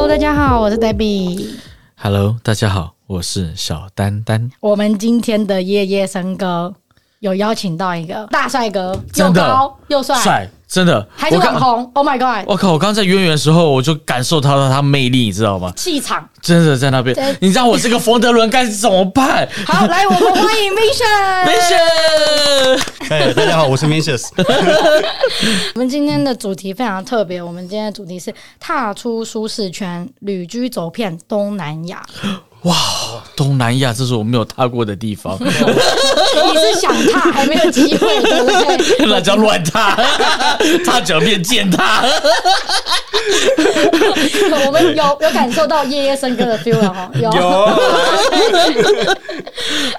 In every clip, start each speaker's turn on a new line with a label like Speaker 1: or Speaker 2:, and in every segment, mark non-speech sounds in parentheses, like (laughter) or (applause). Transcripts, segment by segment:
Speaker 1: 我是 Debbie。
Speaker 2: Hello，大家好，我是小丹丹。
Speaker 1: 我们今天的夜夜笙歌有邀请到一个大帅哥，又
Speaker 2: 真的
Speaker 1: 高又帅，
Speaker 2: 帅，真的，
Speaker 1: 还是
Speaker 2: 我刚
Speaker 1: 网红。Oh my god！
Speaker 2: 我靠！我刚在渊源的时候，我就感受到了他魅力，你
Speaker 1: (laughs)
Speaker 2: 知道吗？
Speaker 1: 气场
Speaker 2: 真的在那边
Speaker 1: 对，
Speaker 2: 你让我这个冯德伦该怎么
Speaker 1: (laughs)
Speaker 2: 办
Speaker 1: 好，来我们欢迎 Vision。
Speaker 2: ？Vision，
Speaker 3: 嗨，哎大家好，我是 Vincius。
Speaker 1: 我们今天的主题非常特别，我们今天的主题是踏出舒适圈，旅居走遍东南亚。
Speaker 2: 哇，东南亚这是我没有踏过的
Speaker 1: (laughs)
Speaker 2: 地方，
Speaker 1: 你是想踏还没有机会，对不对？
Speaker 2: 那叫乱踏， (laughs) 踏脚面践踏。
Speaker 1: 哎 (laughs) 我们有有感受到夜夜笙歌的 feel 了哈，有。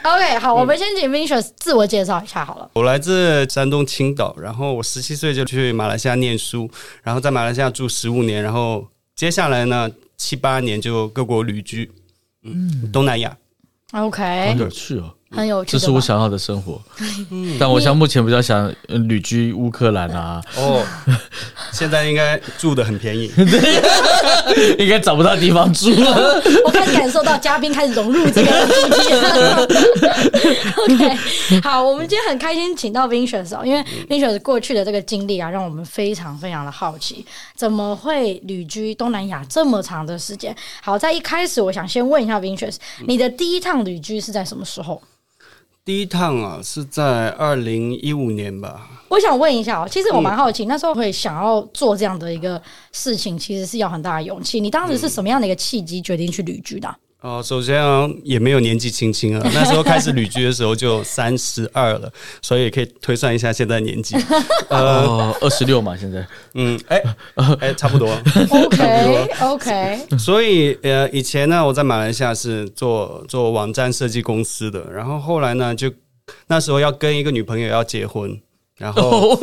Speaker 1: OK，好，我们先请 Vincius 自我介绍一下好了。
Speaker 3: (laughs) 我来自山东青岛，然后我十七岁就去马来西亚念书，然后在马来西亚住十五年，然后接下来呢七八年就各国旅居，嗯，东南亚。
Speaker 1: OK，
Speaker 2: 好有趣哦，
Speaker 1: 很有趣。
Speaker 2: 这是我，想要的生
Speaker 1: (laughs)
Speaker 2: 活，但我想目前比较想呃旅居乌克兰啊，
Speaker 3: 哦，现在应该住的很便宜，
Speaker 2: 应该找不到地方住了。
Speaker 1: 我开始感受到嘉宾开始融入这个主题
Speaker 2: (laughs)
Speaker 1: 了。OK，好，我们今天很开心请到 Vincius 哦，因为 Vincius 过去的这个经历啊，让我们非常非常的好奇，怎么会旅居东南亚这么长的时间？好，在一开始，我想先问一下 Vincius，你的第一趟旅居是在什么时候？
Speaker 3: 第一趟啊是在二零一五年吧，
Speaker 1: 我想问一下哦，其
Speaker 2: 嗯
Speaker 1: 实我蛮好奇，那时候会想要做这样的一个事情，其实是要很大的勇气。你当时是什么样的一个契机决定去旅居的啊、
Speaker 3: 哦，首先、啊、也没有年纪轻轻啊，那时候开始旅居的时候就三十二了，所以也可以推算一下现在年纪。
Speaker 2: 哦，二十六嘛，现在
Speaker 3: 嗯，哎、哎、 (laughs) 差不多。
Speaker 1: OK OK，
Speaker 3: 所以呃，以前呢，我在马来西亚是做做网站设计公司的，然后后来呢，就那时候要跟一个女朋友要结婚，然后
Speaker 2: (laughs) 哦，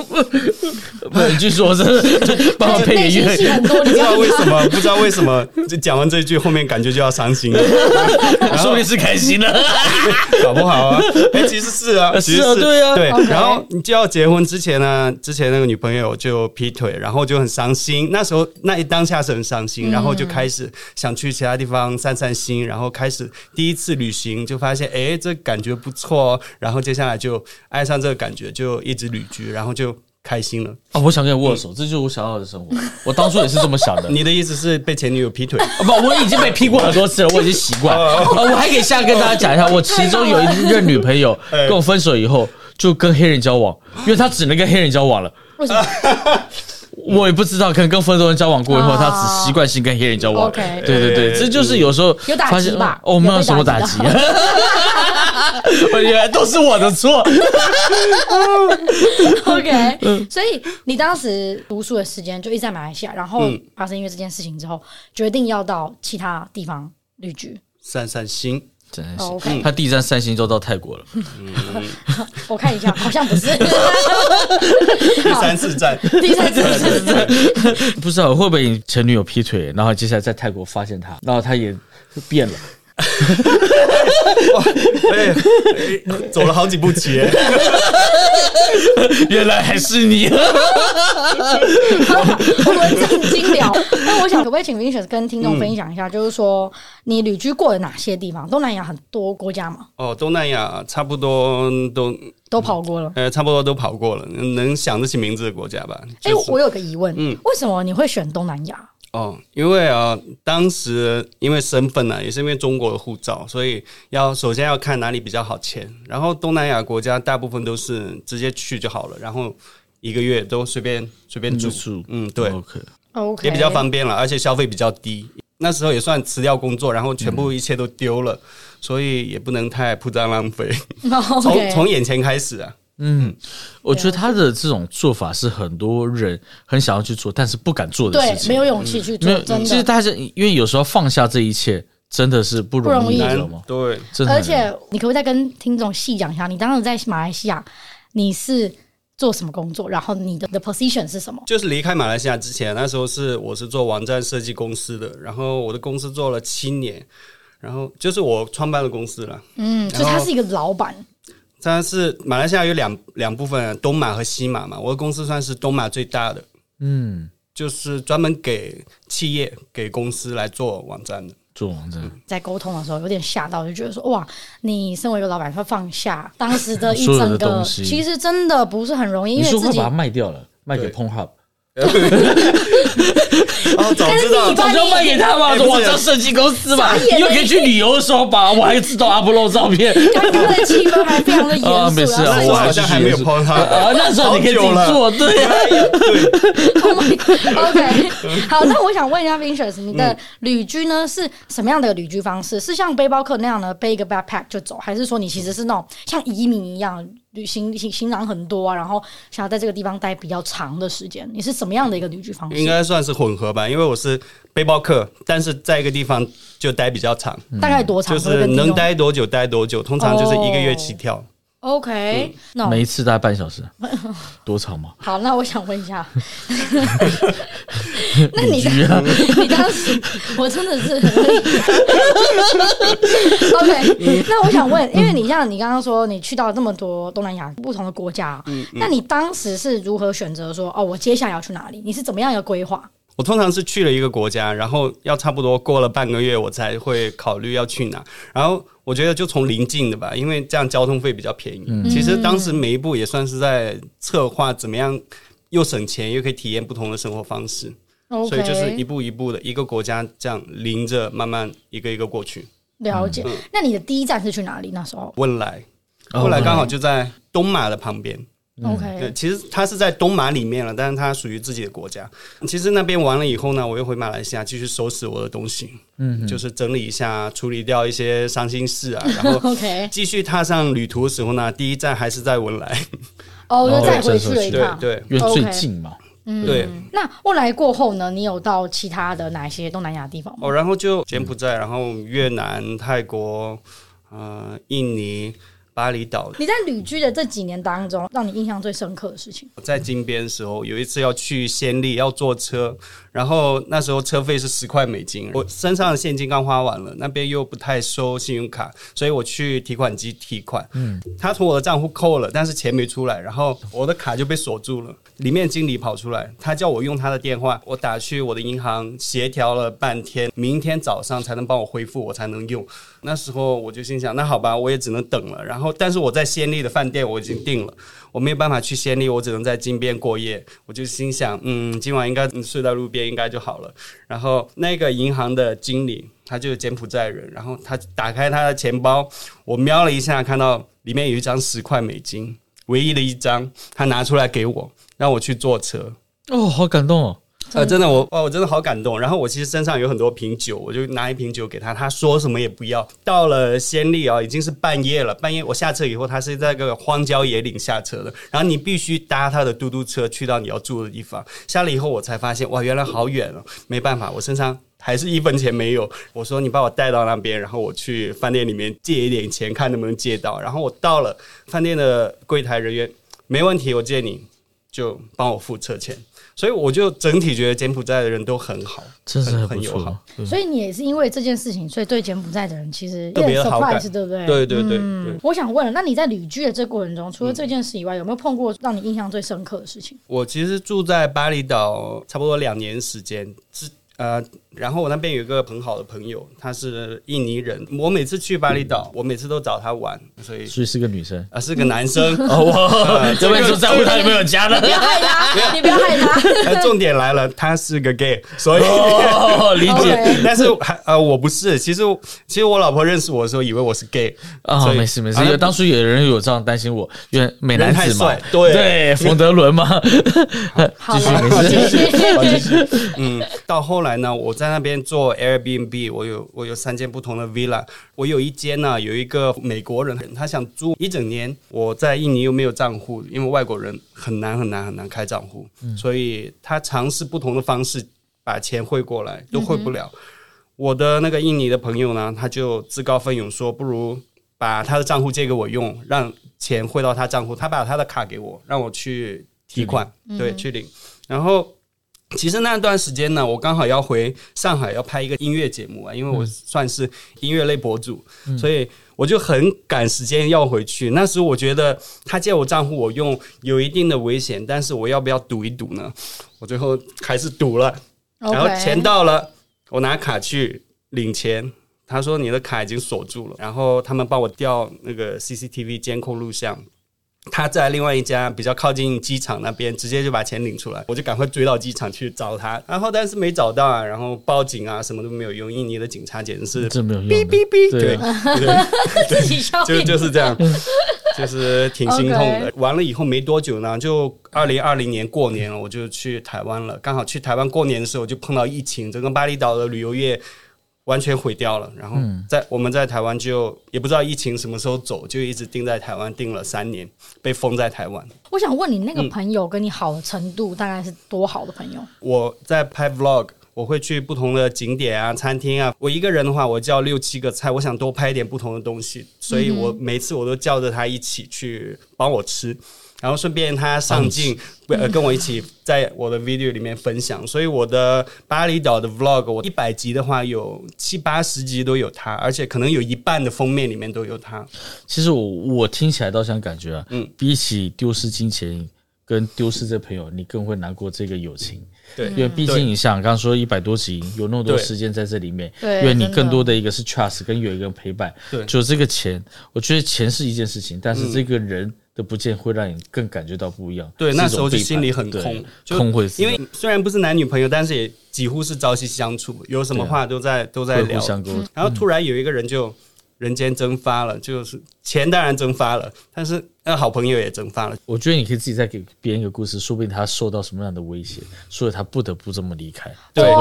Speaker 2: 不是，你继续说，真的， (laughs) 帮我配
Speaker 1: 内
Speaker 2: 点
Speaker 1: 心戏
Speaker 2: 乐。
Speaker 1: 很多，
Speaker 3: 不
Speaker 1: 你知
Speaker 3: 知
Speaker 1: 道
Speaker 2: (laughs)
Speaker 3: 道
Speaker 1: 吗
Speaker 3: 为什么，不知道为什么，就讲完这句后面感觉就要伤心了，
Speaker 2: 说不定是开心了。
Speaker 3: 搞不好啊，哎、其实是啊，
Speaker 2: 呃
Speaker 3: 其实
Speaker 2: 是啊对啊
Speaker 3: (laughs) 对
Speaker 1: OK。
Speaker 3: 然后你就要结婚之前呢，之前那个女朋友就劈腿，然后就很伤心，那时候那一当下是很伤心，然后就开始想去其他地方散散心，然后开始第一次旅行就发现，哎，这感觉不错哦，然后接下来就爱上这个感觉，就一直旅居，然后就开心了。
Speaker 2: 啊，我想跟你握手，这就是我想要的生活。我当初也是这么想的。
Speaker 3: 你的意思是被前女友劈腿？
Speaker 2: 啊不，我已经被批过很多次了，我已经习惯。啊我还可以现在跟大家讲一下，我其中有一任女朋友跟我分手以后，就跟黑人交往，因为她只能跟黑人交往了。
Speaker 1: 为什么？
Speaker 2: 我也不知道，可能跟非洲人交往过以后，
Speaker 1: 啊
Speaker 2: 他只习惯性跟黑人交往。
Speaker 1: OK
Speaker 2: 对对对，
Speaker 3: 呃
Speaker 2: 这就是有时候
Speaker 1: 有打击
Speaker 2: 发现
Speaker 1: 吧
Speaker 2: 哦，没有什么打击， (laughs) 我原来都是我的错。
Speaker 1: (laughs)
Speaker 2: 嗯
Speaker 1: OK，所以你当时读书的时间就一直在马来西亚，然
Speaker 2: 嗯
Speaker 1: 后发生因为这件事情之后，决定要到其他地方旅居。
Speaker 3: 散散心，
Speaker 2: 真是
Speaker 1: 哦 OK，
Speaker 2: 他第一站三星洲到泰
Speaker 1: (laughs)
Speaker 2: 国了，
Speaker 1: 我看一
Speaker 2: (laughs)
Speaker 1: 下，好像不是
Speaker 3: 第三次战。
Speaker 1: 第三次，
Speaker 2: 不知道会不会你前女友劈腿，然后接下来在泰国发现他，然后他也变了。
Speaker 3: 哎，哎走了好几步棋，哎
Speaker 2: (laughs) 原来还是 (laughs) 你，
Speaker 1: (laughs) 我们正经聊。那我想，可不可以请 Vincent 跟听众分享一下，就是说你旅居过了哪些地方？东南亚很多国家嘛，
Speaker 3: 哦，东南亚差不多都
Speaker 1: 都跑过了。
Speaker 3: 呃，差不多都跑过了，能想得起名字的国家吧？
Speaker 1: 哎、
Speaker 3: 就是
Speaker 1: 我有个疑问，
Speaker 3: 嗯
Speaker 1: 为什么你会选东南亚？
Speaker 3: 哦，因为啊、当时呃因为身份啊呢、也是因为中国的护照，所以要首先要看哪里比较好签。然后东南亚国家大部分都是直接去就好了，然后一个月都随便随便住，嗯，对，
Speaker 2: 哦，OK，
Speaker 1: OK，
Speaker 3: 也比较方便了，而且消费比较低。那时候也算辞掉工作，然后全部一切都丢
Speaker 1: 嗯
Speaker 3: 了，所以也不能太铺张浪费。从
Speaker 1: (laughs) OK，
Speaker 3: 从眼前开始啊，
Speaker 2: 嗯，我觉得他的这种做法是很多人很想要去做，但是不敢做的
Speaker 1: 对
Speaker 2: 事，情。
Speaker 1: 没有勇气去
Speaker 2: 嗯没
Speaker 1: 做，
Speaker 2: 有，
Speaker 1: 真
Speaker 2: 其实
Speaker 1: 的。
Speaker 2: 大家因为有时候放下这一切真的是不容易，
Speaker 1: 不容易
Speaker 2: 你知道
Speaker 3: 难
Speaker 2: 吗？
Speaker 3: 对。
Speaker 2: 真的很
Speaker 1: 而且你可不可以再跟听众细讲一下，你当时在马来西亚你是做什么工作？然后你的的 position 是什么？
Speaker 3: 就是离开马来西亚之前，那时候是我是做网站设计公司的，然后我的公司做了七年，然后就是我创办的公司了。
Speaker 1: 嗯，就是他是一个老板，
Speaker 3: 它是马来西亚有两两部分，东马和西马嘛，我的公司算是东马最大的。
Speaker 2: 嗯，
Speaker 3: 就是专门给企业、给公司来做网站的。
Speaker 2: 做网站，
Speaker 1: 在沟通的时候有点吓到，就觉得说哇，你身为一个老板，他放下当时的一
Speaker 2: 所有 (laughs) 的
Speaker 1: 整个，
Speaker 2: 东西
Speaker 1: 其实真的不是很容易，因
Speaker 2: 你
Speaker 1: 为
Speaker 2: 说
Speaker 1: 自
Speaker 2: 会
Speaker 1: 己
Speaker 2: 把它卖掉了，卖给 Pornhub，
Speaker 3: (laughs) 哦，早知道
Speaker 1: 但是你把
Speaker 2: 早就要卖给他嘛，
Speaker 3: 哎
Speaker 2: 这
Speaker 3: 不是
Speaker 2: 网站设计公司
Speaker 1: 傻
Speaker 2: 嘛，
Speaker 1: 眼了
Speaker 2: 因为可以去旅游的时候吧，我还自动 upload 照
Speaker 1: (laughs)
Speaker 2: 片。
Speaker 1: 刚刚的气氛还非常的严肃，
Speaker 2: (laughs) 啊没事啊
Speaker 1: 然后所以
Speaker 3: 那时候好像还没有碰 (laughs) 他，
Speaker 2: 啊，那时候你可以自己
Speaker 3: 好久了
Speaker 2: 做，对啊呀、
Speaker 1: 哦
Speaker 2: (laughs)
Speaker 1: OK，好， (laughs) 那我想问一下 Vincent，你的旅居呢是什么样的旅居方式？是像背包客那样的背一个 backpack 就走，还是说你其实是那种像移民一样旅行行行囊很多啊，然后想要在这个地方待比较长的时间？你是什么样的一个旅居方
Speaker 3: 应
Speaker 1: 式？
Speaker 3: 该算是混合吧，因为我是背包客，但是在一个地方就待比较长，
Speaker 2: 嗯
Speaker 1: 大概多长？
Speaker 3: 就
Speaker 1: 会不会
Speaker 3: 是
Speaker 1: 跟你哦
Speaker 3: 能
Speaker 1: 用
Speaker 3: 待多久待多久，通常就是一个月起跳。
Speaker 1: OK，那
Speaker 2: 每一次大概半
Speaker 1: (laughs)
Speaker 2: 小时，多长吗？
Speaker 1: 好，那我想问一
Speaker 3: (laughs)
Speaker 1: 下，那你
Speaker 2: 旅居啊
Speaker 1: (laughs) 你当时我真的是很 OK。那我
Speaker 3: 嗯
Speaker 1: 想问，因为你像你刚刚说，你去到这么多东南亚不同的国家，啊
Speaker 3: 嗯
Speaker 1: 那你当时是如何选择说哦，我接下来要去哪里？你是怎么样一个规划？
Speaker 3: 我通常是去了一个国家，然后要差不多过了半个月，我才会考虑要去哪。然后我觉得就从临近的吧，因为这样交通费比较便宜。其
Speaker 1: 嗯
Speaker 3: 实当时每一步也算是在策划怎么样又省钱又可以体验不同的生活方式，所
Speaker 1: OK，
Speaker 3: 以就是一步嗯一步的一个国家这样临着慢慢一个一个过去。
Speaker 1: 了
Speaker 3: 嗯
Speaker 1: 解。那你的第一站是去哪里？那时候
Speaker 3: 汶莱，汶莱刚好就在东马的旁边。嗯对，
Speaker 1: OK，
Speaker 3: 其实它是在东马里面了，但是它属于自己的国家。其实那边完了以后呢，我又回马来西亚继续收拾我的东西，嗯，就是整理一下，处理掉一些伤心事啊，然后
Speaker 1: OK，
Speaker 3: 继续踏上旅途的时候呢，第一站还是在文莱，
Speaker 1: 哦，又
Speaker 2: 哦
Speaker 1: 再回
Speaker 2: 再
Speaker 1: 去
Speaker 2: 回
Speaker 1: 了一
Speaker 2: 去
Speaker 3: 对
Speaker 1: 趟。
Speaker 3: 对
Speaker 2: 因为最
Speaker 1: OK
Speaker 2: 近嘛，
Speaker 3: 对。
Speaker 1: 那后来过后呢？你有到其他的哪一些东南亚地方吗？
Speaker 3: 哦，然后就柬埔寨，然后越南、泰国、呃，印尼、巴厘岛。
Speaker 1: 你在旅居的这几年当中，让你印象最深刻的事情？
Speaker 3: 在金边的时候，有一次要去暹粒，要坐车，然后那时候车费是十块美金，我身上的现金刚花完了，那边又不太收信用卡，所以我去提款机提款，嗯，他从我的账户扣了，但是钱没出来，然后我的卡就被锁住了，里面经理跑出来，他叫我用他的电话，我打去我的银行协调了半天，明天早上才能帮我恢复，我才能用。那时候我就心想，那好吧，我也只能等了。然后，但是我在暹粒的饭店我已经订了，我没有办法去暹粒，我只能在金边过夜。我就心想，嗯，今晚应该嗯睡在路边应该就好了。然后那个银行的经理，他就是柬埔寨人，然后他打开他的钱包，我瞄了一下，看到里面有一张十块美金，唯一的一张，他拿出来给我，让我去坐车。
Speaker 2: 哦，好感动哦，
Speaker 3: 呃，真的，我哇，我真的好感动。然后我其实身上有很多瓶酒，我就拿一瓶酒给他，他说什么也不要。到了暹粒啊，已经是半夜了，半夜我下车以后，他是在一个荒郊野岭下车的，然后你必须搭他的嘟嘟车去到你要住的地方。下了以后，我才发现哇，原来好远哦，没办法，我身上。还是一分钱没有。我说你把我带到那边，然后我去饭店里面借一点钱，看能不能借到。然后我到了饭店的柜台人员，没问题，我借你，就帮我付车钱。所以我就整体觉得柬埔寨的人都很好，
Speaker 2: 真是
Speaker 3: 很
Speaker 2: 还不
Speaker 3: 很友
Speaker 2: 错
Speaker 3: 好，。
Speaker 1: 所以你也是因为这件事情，所以对柬埔寨的人其实有
Speaker 3: 特别
Speaker 1: 点
Speaker 3: 有好感
Speaker 1: surprise，对不对？嗯
Speaker 3: 对对对对，
Speaker 1: 我想问了，那你在旅居的这过程中，除了这件事以外，有没有碰过让你印象最深刻的事情？
Speaker 3: 我其实住在巴厘岛差不多两年时间，之呃，然后我那边有一个很好的朋友，他是印尼人，我每次去巴厘岛，我每次都找他玩，所以
Speaker 2: 所以是个女
Speaker 3: (laughs)
Speaker 2: 生。
Speaker 3: 啊是个男生，
Speaker 2: 哦，我 (laughs) 这边就在乎她有没有家了
Speaker 3: (laughs)
Speaker 1: 不。要害他，你不要害他。
Speaker 3: 呃重点来了，他是个 gay，所以。 (laughs)
Speaker 2: 哦，理解
Speaker 1: OK
Speaker 3: 但是还呃，我不是。其实，其实我老婆认识我的时候，以为我是 gay
Speaker 2: 啊，
Speaker 3: 所以
Speaker 2: 没事没事，
Speaker 3: 啊
Speaker 2: 因为当初有人有这样担心我，因为美男子嘛
Speaker 3: 人太帅，对
Speaker 2: 对，冯德伦 (laughs) 嘛，
Speaker 1: (laughs) 好
Speaker 2: 继续没
Speaker 1: 了，
Speaker 2: 事。
Speaker 1: 谢谢。
Speaker 3: 嗯，到后来呢，我在那边做 Airbnb，我有我有三间不同的 villa，我有一间呢有一个美国人，他想租一整年，我在印尼又没有账户，因为外国人很难很难很难开账户，所以他尝试不同的方式把钱汇过来，都汇不了。我的那个印尼的朋友呢，他就自告奋勇说，不如把他的账户借给我用，让钱汇到他账户，他把他的卡给我，让我去提款，对，去领，然后。其实那段时间呢，我刚好要回上海，要拍一个音乐节目啊，因为我算是音乐类博主，所以我就很赶时间要回去。那时我觉得他借我账户我用有一定的危险，但是我要不要赌一赌呢？我最后还是赌了，然后
Speaker 1: OK
Speaker 3: 钱到了，我拿卡去领钱。他说你的卡已经锁住了，然后他们帮我调那个 CCTV 监控录像，他在另外一家比较靠近机场那边，直接就把钱领出来，我就赶快追到机场去找他，然后但是没找到啊，然后报警啊什么都没有用，印尼的警察简直是
Speaker 2: 这没有用的。
Speaker 3: 哔哔哔，
Speaker 2: 对
Speaker 3: 对
Speaker 2: 啊
Speaker 3: 对，
Speaker 1: 自己笑
Speaker 3: (laughs) 就
Speaker 1: 脸，
Speaker 3: 就是这样，就是挺心痛的
Speaker 1: OK。
Speaker 3: 完了以后没多久呢，就二零二零年过年了，我就去台湾了。刚好去台湾过年的时候，就碰到疫情，整个巴厘岛的旅游业完全毁掉了。然后在、我们在台湾就也不知道疫情什么时候走，就一直定在台湾，定了三年，被封在台湾。
Speaker 1: 我想问你，那个朋友跟你好的程度大概是多好的朋
Speaker 3: 嗯
Speaker 1: 友？
Speaker 3: 我在拍 vlog，我会去不同的景点啊、餐厅啊。我一个人的话，我叫六七个菜，我想多拍一点不同的东西，所
Speaker 2: 嗯
Speaker 3: 以我每次我都叫着他一起去帮我吃。然后顺便他上镜，
Speaker 2: 嗯
Speaker 3: 不呃跟我一起在我的 video 里面分享，所以我的巴厘岛的 vlog，我一百集的话有七八十集都有他，而且可能有一半的封面里面都有他。
Speaker 2: 其实我我听起来倒像感觉啊，嗯，比起丢失金钱跟丢失这朋友，你更会难过这个友情，
Speaker 3: 嗯对，
Speaker 2: 因为毕竟你想刚刚说一百多集，有那么多时间在这里面，
Speaker 1: 对
Speaker 2: 因为你
Speaker 1: 真的
Speaker 2: 更多的一个是 trust 跟有一个人陪伴，
Speaker 3: 对嗯
Speaker 2: 就这个钱，我觉得钱是一件事情，但是这个人的不见会让你更感觉到不一样，
Speaker 3: 对，
Speaker 2: 是一种
Speaker 3: 那时候就
Speaker 2: 背叛
Speaker 3: 心里很
Speaker 2: 对
Speaker 3: 空，就
Speaker 2: 空会
Speaker 3: 因为虽然不是男女朋友，但是也几乎是朝夕相处，有什么
Speaker 2: 对啊
Speaker 3: 话都在都在
Speaker 2: 会
Speaker 3: 聊
Speaker 2: 互。相沟通，
Speaker 3: 然后突然有一个人就人间蒸发了，就是钱当然蒸发了，但是那好朋友也蒸发了。
Speaker 2: 我觉得你可以自己再给编一个故事，说不定他受到什么样的威胁，所以他不得不这么离开，
Speaker 3: 对
Speaker 2: 会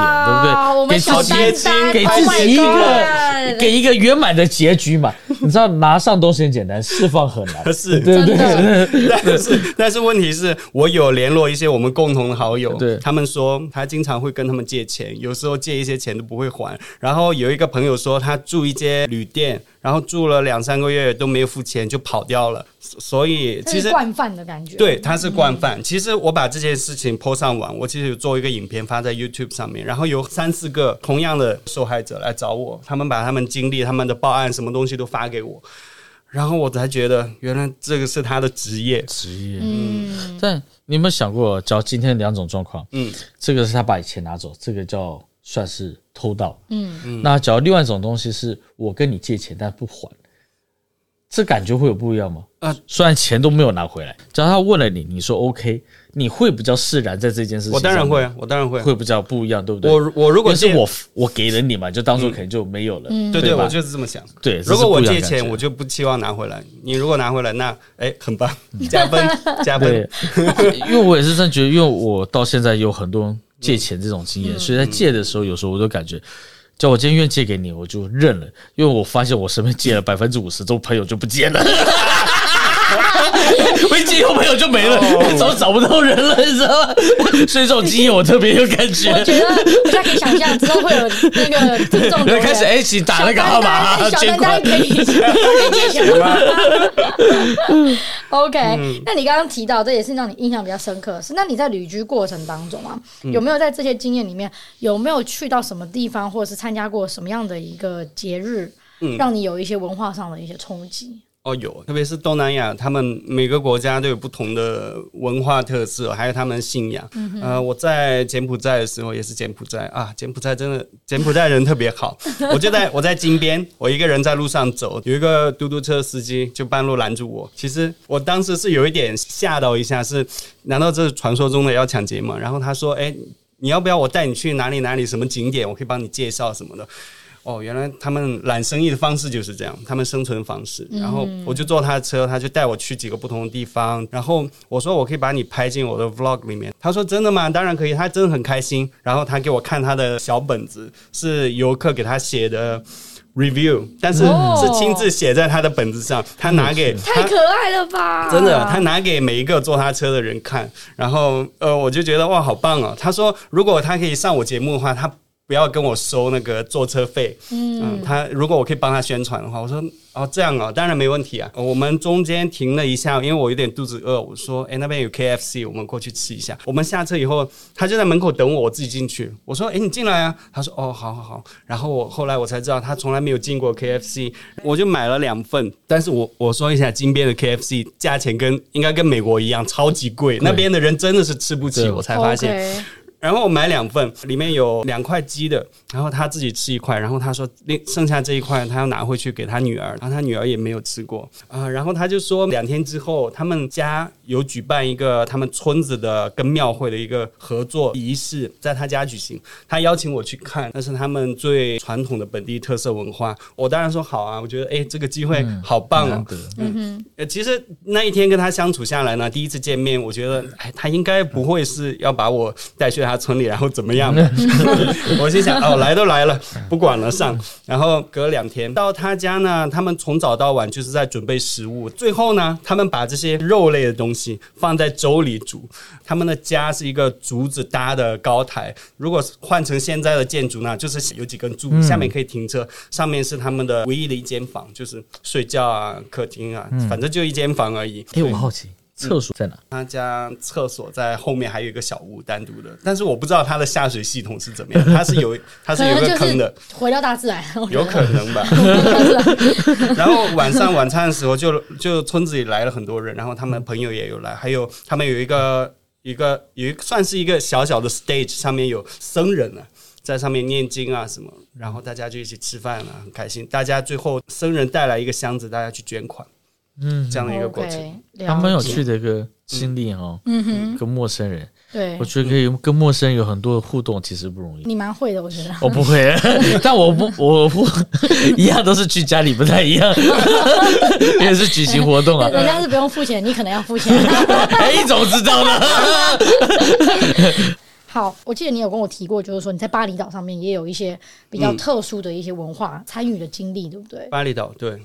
Speaker 1: 哇我
Speaker 2: 好一点，对不对？
Speaker 1: 们
Speaker 2: 给
Speaker 1: 小
Speaker 2: 自
Speaker 1: 丹
Speaker 2: 己
Speaker 1: 丹
Speaker 2: 给
Speaker 1: Oh
Speaker 2: 自
Speaker 1: my
Speaker 2: 己一个
Speaker 1: God
Speaker 2: 给一个圆满的结局嘛。你知道拿上东西很简单，释放很难，
Speaker 3: 是
Speaker 2: 对不
Speaker 1: 真
Speaker 2: 对？
Speaker 3: 但是但是问题是我有联络一些我们共同的好友
Speaker 2: 对，
Speaker 3: 他们说他经常会跟他们借钱，有时候借一些钱都不会还。然后有一个朋友说他住一间旅店，然后住了两三个月都没有付钱就跑掉了，所所以
Speaker 1: 这
Speaker 3: 其
Speaker 1: 是
Speaker 3: 实
Speaker 1: 惯犯的感觉。
Speaker 3: 对，他是惯
Speaker 2: 嗯
Speaker 3: 犯。其实我把这件事情 po 上网，我其实有做一个影片发在 YouTube 上面，然后有三四个同样的受害者来找我，他们把他们经历、他们的报案什么东西都发给我，然后我才觉得原来这个是他的职业。
Speaker 2: 职业。
Speaker 1: 嗯，
Speaker 2: 但你有没有想过，只要今天两种状况，
Speaker 3: 嗯，
Speaker 2: 这个是他把钱拿走，这个叫算是偷盗，
Speaker 1: 嗯
Speaker 2: 嗯。那只要另外一种东西是我跟你借钱但不还，这感觉会有不一样吗？
Speaker 3: 啊
Speaker 2: 虽然钱都没有拿回来，只要他问了你，你说 OK，你会比较释然在这件事情。
Speaker 3: 我当然会，啊，我当然会啊。
Speaker 2: 会比较不一样，对不对？
Speaker 3: 我我如
Speaker 2: 如
Speaker 3: 果
Speaker 2: 是
Speaker 3: 借
Speaker 2: 我我给了你嘛，就当做可能就没有了，
Speaker 1: 嗯
Speaker 3: 对
Speaker 2: 对
Speaker 3: 对，
Speaker 2: 吧
Speaker 3: 我就是这么想。
Speaker 2: 对。这
Speaker 3: 如
Speaker 2: 是
Speaker 3: 果
Speaker 2: 不
Speaker 3: 我
Speaker 2: 一样
Speaker 3: 借
Speaker 2: 的
Speaker 3: 钱，
Speaker 2: 感
Speaker 3: 我
Speaker 2: 觉
Speaker 3: 就不期望拿回来。你如果拿回来，那哎，很棒，加分，加分。
Speaker 2: 嗯
Speaker 1: (laughs)
Speaker 2: 对，哎因为我也是真的觉得，因为我到现在有很多人借钱这种经
Speaker 1: 嗯
Speaker 2: 验，所以在借的时候，有时候我都感觉。叫我今天愿意借给你，我就认了，因为我发现我身边借了百分之五十，都朋友就不
Speaker 1: (laughs)
Speaker 2: 见了，我一借有朋友就没了，
Speaker 1: 哦
Speaker 2: 早找不到人了，你知道吗？ (laughs) 所以这种经验我特别有感觉。
Speaker 1: 我觉得我大家可以想象之后会有那个听众
Speaker 2: 然
Speaker 1: 留
Speaker 3: (laughs)
Speaker 1: 言
Speaker 2: 后开始哎一起
Speaker 3: 啊
Speaker 2: 打那个号码，啊
Speaker 1: 小
Speaker 2: 结
Speaker 1: 丹
Speaker 2: 果
Speaker 1: 丹可以借钱吗
Speaker 3: (laughs)
Speaker 1: ？OK，、那
Speaker 3: 嗯
Speaker 1: 你刚刚提到，这也是让你印象比较深刻的是，那你在旅居过程当中啊，
Speaker 3: 嗯
Speaker 1: 有没有在这些经验里面，有没有去到什么地方，或者是参加过什么样的一个节日，
Speaker 3: 嗯
Speaker 1: 让你有一些文化上的一些冲击？
Speaker 3: 哦，有，特别是东南亚，他们每个国家都有不同的文化特色，还有他们的信仰。呃，我在柬埔寨的时候也是柬埔寨啊，柬埔寨真的柬埔寨人特别好。我就在我在金边，我一个人在路上走，有一个嘟嘟车司机就半路拦住我。其实我当时是有一点吓到一下，是难道这是传说中的要抢劫吗？然后他说：“哎、你要不要我带你去哪里哪里什么景点？我可以帮你介绍什么的。”哦，原来他们揽生意的方式就是这样，他们生存方式。
Speaker 1: 嗯
Speaker 3: 然后我就坐他的车，他就带我去几个不同的地方。然后我说我可以把你拍进我的 vlog 里面，他说真的吗？当然可以，他真的很开心。然后他给我看他的小本子，是游客给他写的 review，但是
Speaker 1: 哦
Speaker 3: 是亲自写在他的本子上，他拿给
Speaker 1: 太
Speaker 3: 他
Speaker 1: 可爱了吧！
Speaker 3: 真的，他拿给每一个坐他车的人看，然后呃，我就觉得哇，好棒哦。他说，如果他可以上我节目的话，他不要跟我收那个坐车费。嗯，他如果我可以帮他宣传的话，我说哦这样哦，当然没问题啊。我们中间停了一下，因为我有点肚子饿，我说哎那边有 KFC，我们过去吃一下。我们下车以后，他就在门口等我，我自己进去。我说哎你进来啊，他说哦好好好。然后我后来我才知道他从来没有进过 KFC，我就买了两份。但是我我说一下金边的 KFC 价钱跟应该跟美国一样超级贵，那边的人真的是吃不起，
Speaker 2: 对
Speaker 3: 我才发现。
Speaker 1: OK
Speaker 3: 然后我买两份，里面有两块鸡的，然后他自己吃一块，然后他说另剩下这一块他要拿回去给他女儿，然后他女儿也没有吃过啊、然后他就说两天之后他们家有举办一个他们村子的跟庙会的一个合作仪式，在他家举行，他邀请我去看，那是他们最传统的本地特色文化，我当然说好啊，我觉得哎这个机会好棒哦
Speaker 2: 难，得
Speaker 3: 呃，其实那一天跟他相处下来呢，第一次见面，我觉得，哎，他应该不会是要把我带去他村里，然后怎么样吧？ (laughs) 我心想，哦，来都来了，不管了，上。然后隔两天到他家呢，他们从早到晚就是在准备食物，最后呢，他们把这些肉类的东西放在粥里煮。他们的家是一个竹子搭的高台，如果换成现在的建筑呢，就是有几根柱，下面可以停车，上面是他们的唯一的一间房，就是睡觉啊、客厅啊，反正就一间房而已。
Speaker 2: 哎，我好奇厕所
Speaker 1: 嗯
Speaker 2: 在哪？
Speaker 3: 他家厕所在后面还有一个小屋，单独的，但是我不知道他的下水系统是怎么样，它是有它
Speaker 1: 可
Speaker 3: 是有
Speaker 1: 能
Speaker 3: 一
Speaker 1: 就
Speaker 3: 个坑的。
Speaker 1: 是回到大自然，
Speaker 3: 有可能吧。然后晚上晚餐的时候就，就村子里来了很多人，然后他们朋友也有来，还有他们有一个一个有一个算是一个小小的 stage，上面有僧人啊。在上面念经啊什么，然后大家就一起吃饭啊，很开心。大家最后僧人带来一个箱子，大家去捐款，
Speaker 2: 嗯，
Speaker 3: 这样的一个过程。
Speaker 1: OK，了解
Speaker 2: 还蛮有趣的一个经历哦。
Speaker 1: 嗯哼，
Speaker 2: 跟陌生人，
Speaker 1: 对
Speaker 2: 我，觉得可以跟陌生人有很多的互动，其实不容易。
Speaker 1: 哎你蛮会的，我觉得。
Speaker 2: 我
Speaker 1: (laughs)
Speaker 2: 不会，但我不，我不一样都是去家里，不太一
Speaker 1: (laughs)
Speaker 2: 样，也是举行活动啊
Speaker 1: 人。人家是不用付钱，你可能要付钱。
Speaker 2: 哎，你怎么知道呢？
Speaker 1: 好，我记得你有跟我提过，就是说你在巴厘岛上面也有一些比
Speaker 2: 嗯
Speaker 1: 较特殊的一些文化参与的经历，对不对？
Speaker 3: 巴厘岛对。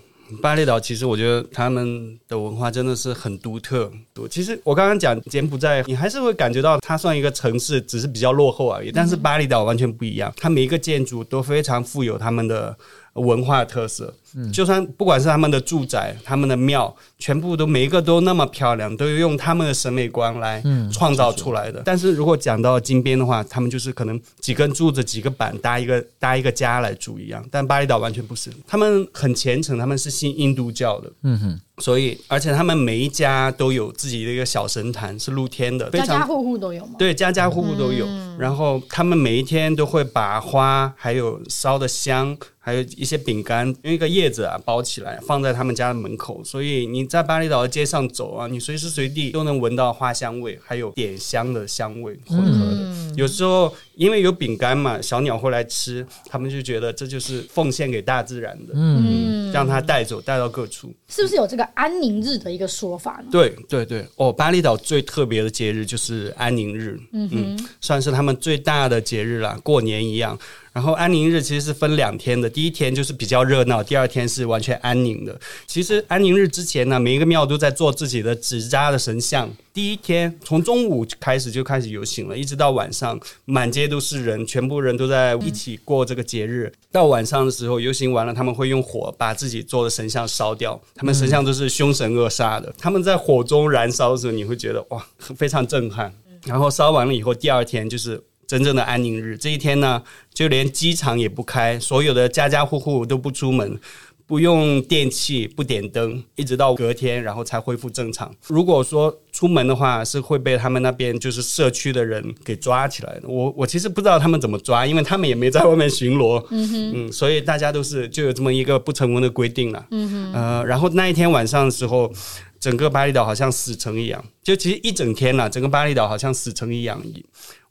Speaker 3: 巴厘岛其实我觉得他们的文化真的是很独特。其实我刚刚讲柬埔寨，你还是会感觉到它算一个城市，只是比较落后而已。但是巴厘岛完全不一样，它每一个建筑都非常富有他们的文化特色。就算不管是他们的住宅、他们的庙，全部都每一个都那么漂亮，都用他们的审美观来创造出来的。但嗯是如果讲到金边的话，他们就是可能几根柱子、几个板搭一个搭一个家来住一样，但巴厘岛完全不是，他们很虔诚，他们是信印度教的。嗯哼。所以，而且他们每一家都有自己的一个小神坛，是露天的，非
Speaker 1: 家
Speaker 3: 常
Speaker 1: 家户户都有吗？
Speaker 3: 对，家家户户都有。然后他们每一天都会把花，还有烧的香，还有一些饼干，用一个叶子啊包起来，放在他们家的门口。所以你在巴厘岛的街上走啊，你随时随地都能闻到花香味，还有点香的香味混合的。有时候因为有饼干嘛，小鸟会来吃，他们就觉得这就是奉献给大自然的，嗯，让它带走，带到各处。
Speaker 1: 是不是有这个安宁日的一个说法呢？
Speaker 3: 对对对，哦，巴厘岛最特别的节日就是安宁日，嗯算是他们最大的节日啦，过年一样。然后安宁日其实是分两天的，第一天就是比较热闹，第二天是完全安宁的。其实安宁日之前呢，每一个庙都在做自己的纸扎的神像。第一天从中午开始就开始游行了，一直到晚上，满街都是人，全部人都在一起过这个节日。到晚上的时候，游行完了，他们会用火把自己做的神像烧掉。他们神像都是凶神恶煞的，他们在火中燃烧的时候，你会觉得哇，非常震撼。然后烧完了以后，第二天就是真正的安宁日。这一天呢，就连机场也不开，所有的家家户户都不出门。不用电器，不点灯，一直到隔天，然后才恢复正常。如果说出门的话，是会被他们那边就是社区的人给抓起来的。我我其实不知道他们怎么抓，因为他们也没在外面巡逻。嗯哼，嗯，所以大家都是就有这么一个不成文的规定了。嗯哼，呃，然后那一天晚上的时候，整个巴厘岛好像死城一样，就其实一整天了，整个巴厘岛好像死城一样，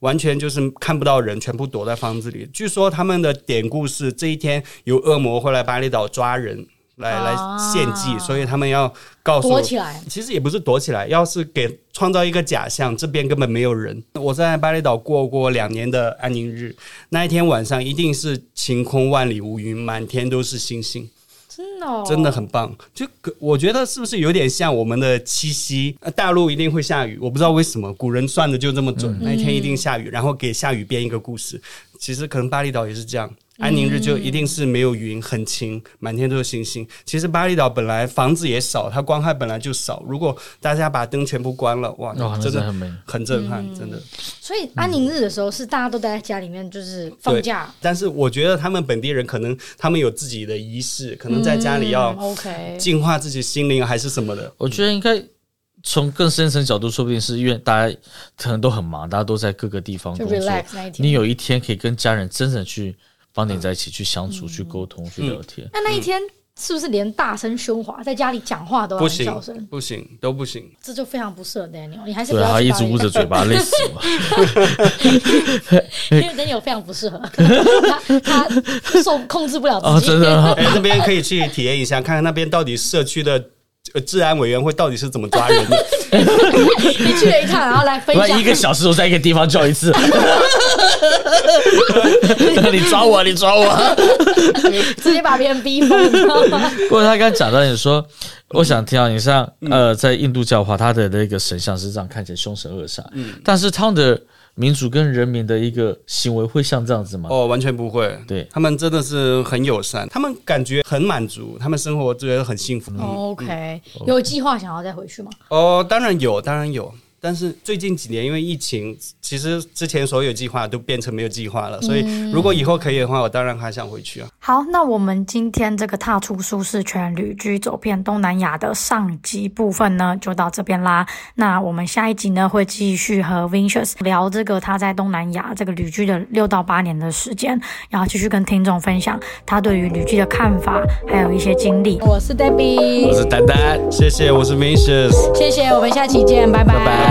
Speaker 3: 完全就是看不到人，全部躲在房子里。据说他们的典故是这一天有恶魔会来巴厘岛抓人，来来
Speaker 1: 啊
Speaker 3: 献祭，所以他们要告诉
Speaker 1: 躲起来，
Speaker 3: 其实也不是躲起来，要是给创造一个假象，这边根本没有人。我在巴厘岛过过两年的安宁日，那一天晚上一定是晴空万里无云，满天都是星星。
Speaker 1: 真的、哦，
Speaker 3: 真的很棒。就可我觉得是不是有点像我们的七夕？呃大陆一定
Speaker 1: 嗯
Speaker 3: 会下雨，我不知道为什么，古人算的就这么准，那一天一定下雨，然后给下雨编一个故事。其实可能巴厘岛也是这样。安宁日就
Speaker 1: 嗯
Speaker 3: 一定是没有云，很晴，满天都是星星。其实巴厘岛本来房子也少，它光害本来就少。如果大家把灯全部关了，哇，
Speaker 2: (laughs) 哦哇，那
Speaker 3: 真
Speaker 2: 真的
Speaker 3: 的
Speaker 2: 很美。
Speaker 3: 很震撼，
Speaker 1: 嗯
Speaker 3: 真的。
Speaker 1: 所以安宁日的时候是大家都待在家里面，就是放假，
Speaker 3: 但是我觉得他们本地人可能他们有自己的仪式，可能在家
Speaker 1: 嗯
Speaker 3: 里要
Speaker 1: OK，
Speaker 3: 净化自己心灵啊还是什么的。
Speaker 2: 我觉得应该从更深层角度，说不定是因为大家可能都很忙，大家都在各个地方
Speaker 1: 就
Speaker 2: 工作
Speaker 1: relax，那一
Speaker 2: 你
Speaker 1: 天。
Speaker 2: 有一天可以跟家人真正去帮你在一起去相
Speaker 1: 嗯
Speaker 2: 处、去沟通、去聊天。
Speaker 1: 那那一天是不是连大声喧哗，在家里讲话都要
Speaker 3: 不
Speaker 1: 很
Speaker 3: 行
Speaker 1: 小声？，
Speaker 3: 不行，都不行。
Speaker 1: 这就非常不适合 Daniel，你还是不
Speaker 2: 对，啊
Speaker 1: 要
Speaker 2: 他
Speaker 1: 去巴厘
Speaker 2: 一直捂
Speaker 1: 岛
Speaker 2: 着嘴巴，累死我。
Speaker 1: (laughs) 因为 (laughs) Daniel 非常不适合， (laughs) 他他受控制不了
Speaker 2: (laughs) 哦，
Speaker 1: 自己。
Speaker 2: 真的啊，
Speaker 3: (laughs) 哎，那边可以去体验一下，看看那边到底社区的呃治安委员会到底是怎么抓人的。
Speaker 1: (laughs) 你去了一趟，然后来分
Speaker 2: 不
Speaker 1: 享
Speaker 2: 然一个小时我在一个地方叫
Speaker 1: (laughs)
Speaker 2: 一次。你抓我，你抓我！
Speaker 1: (laughs) 直接把别人逼疯，你知道吗？
Speaker 2: 不过他刚讲到你说，我想听到你像呃，在印度教的话，他的那个神像是这样看起来凶神恶煞，但是他们的民主跟人民的一个行为会像这样子吗？
Speaker 3: (laughs) 哦，完全不会。
Speaker 2: 对
Speaker 3: 他们真的是很友善，他们感觉很满足，他们生活觉得很幸福。
Speaker 1: 哦 OK，有计划想要再回去吗？
Speaker 3: 哦，当然有，当然有。但是最近几年因为疫情，其实之前所有计划都变成没有计划了，所以如果以后可以的话，我当然还想回去啊。
Speaker 4: 好，那我们今天这个踏出舒适圈、旅居走遍东南亚的上集部分呢，就到这边啦。那我们下一集呢，会继续和 Vincius 聊这个他在东南亚这个旅居的六到八年的时间，然后继续跟听众分享他对于旅居的看法，还有一些经历。
Speaker 1: 我是 Debbie，
Speaker 2: 我是丹丹。
Speaker 3: 谢谢，我是 Vincius。
Speaker 1: 谢谢，我们下期见，拜拜。
Speaker 2: 拜